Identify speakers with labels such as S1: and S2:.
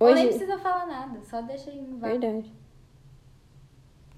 S1: Ou nem
S2: Hoje.
S1: precisa falar nada, só deixa aí no vácuo.
S2: Verdade.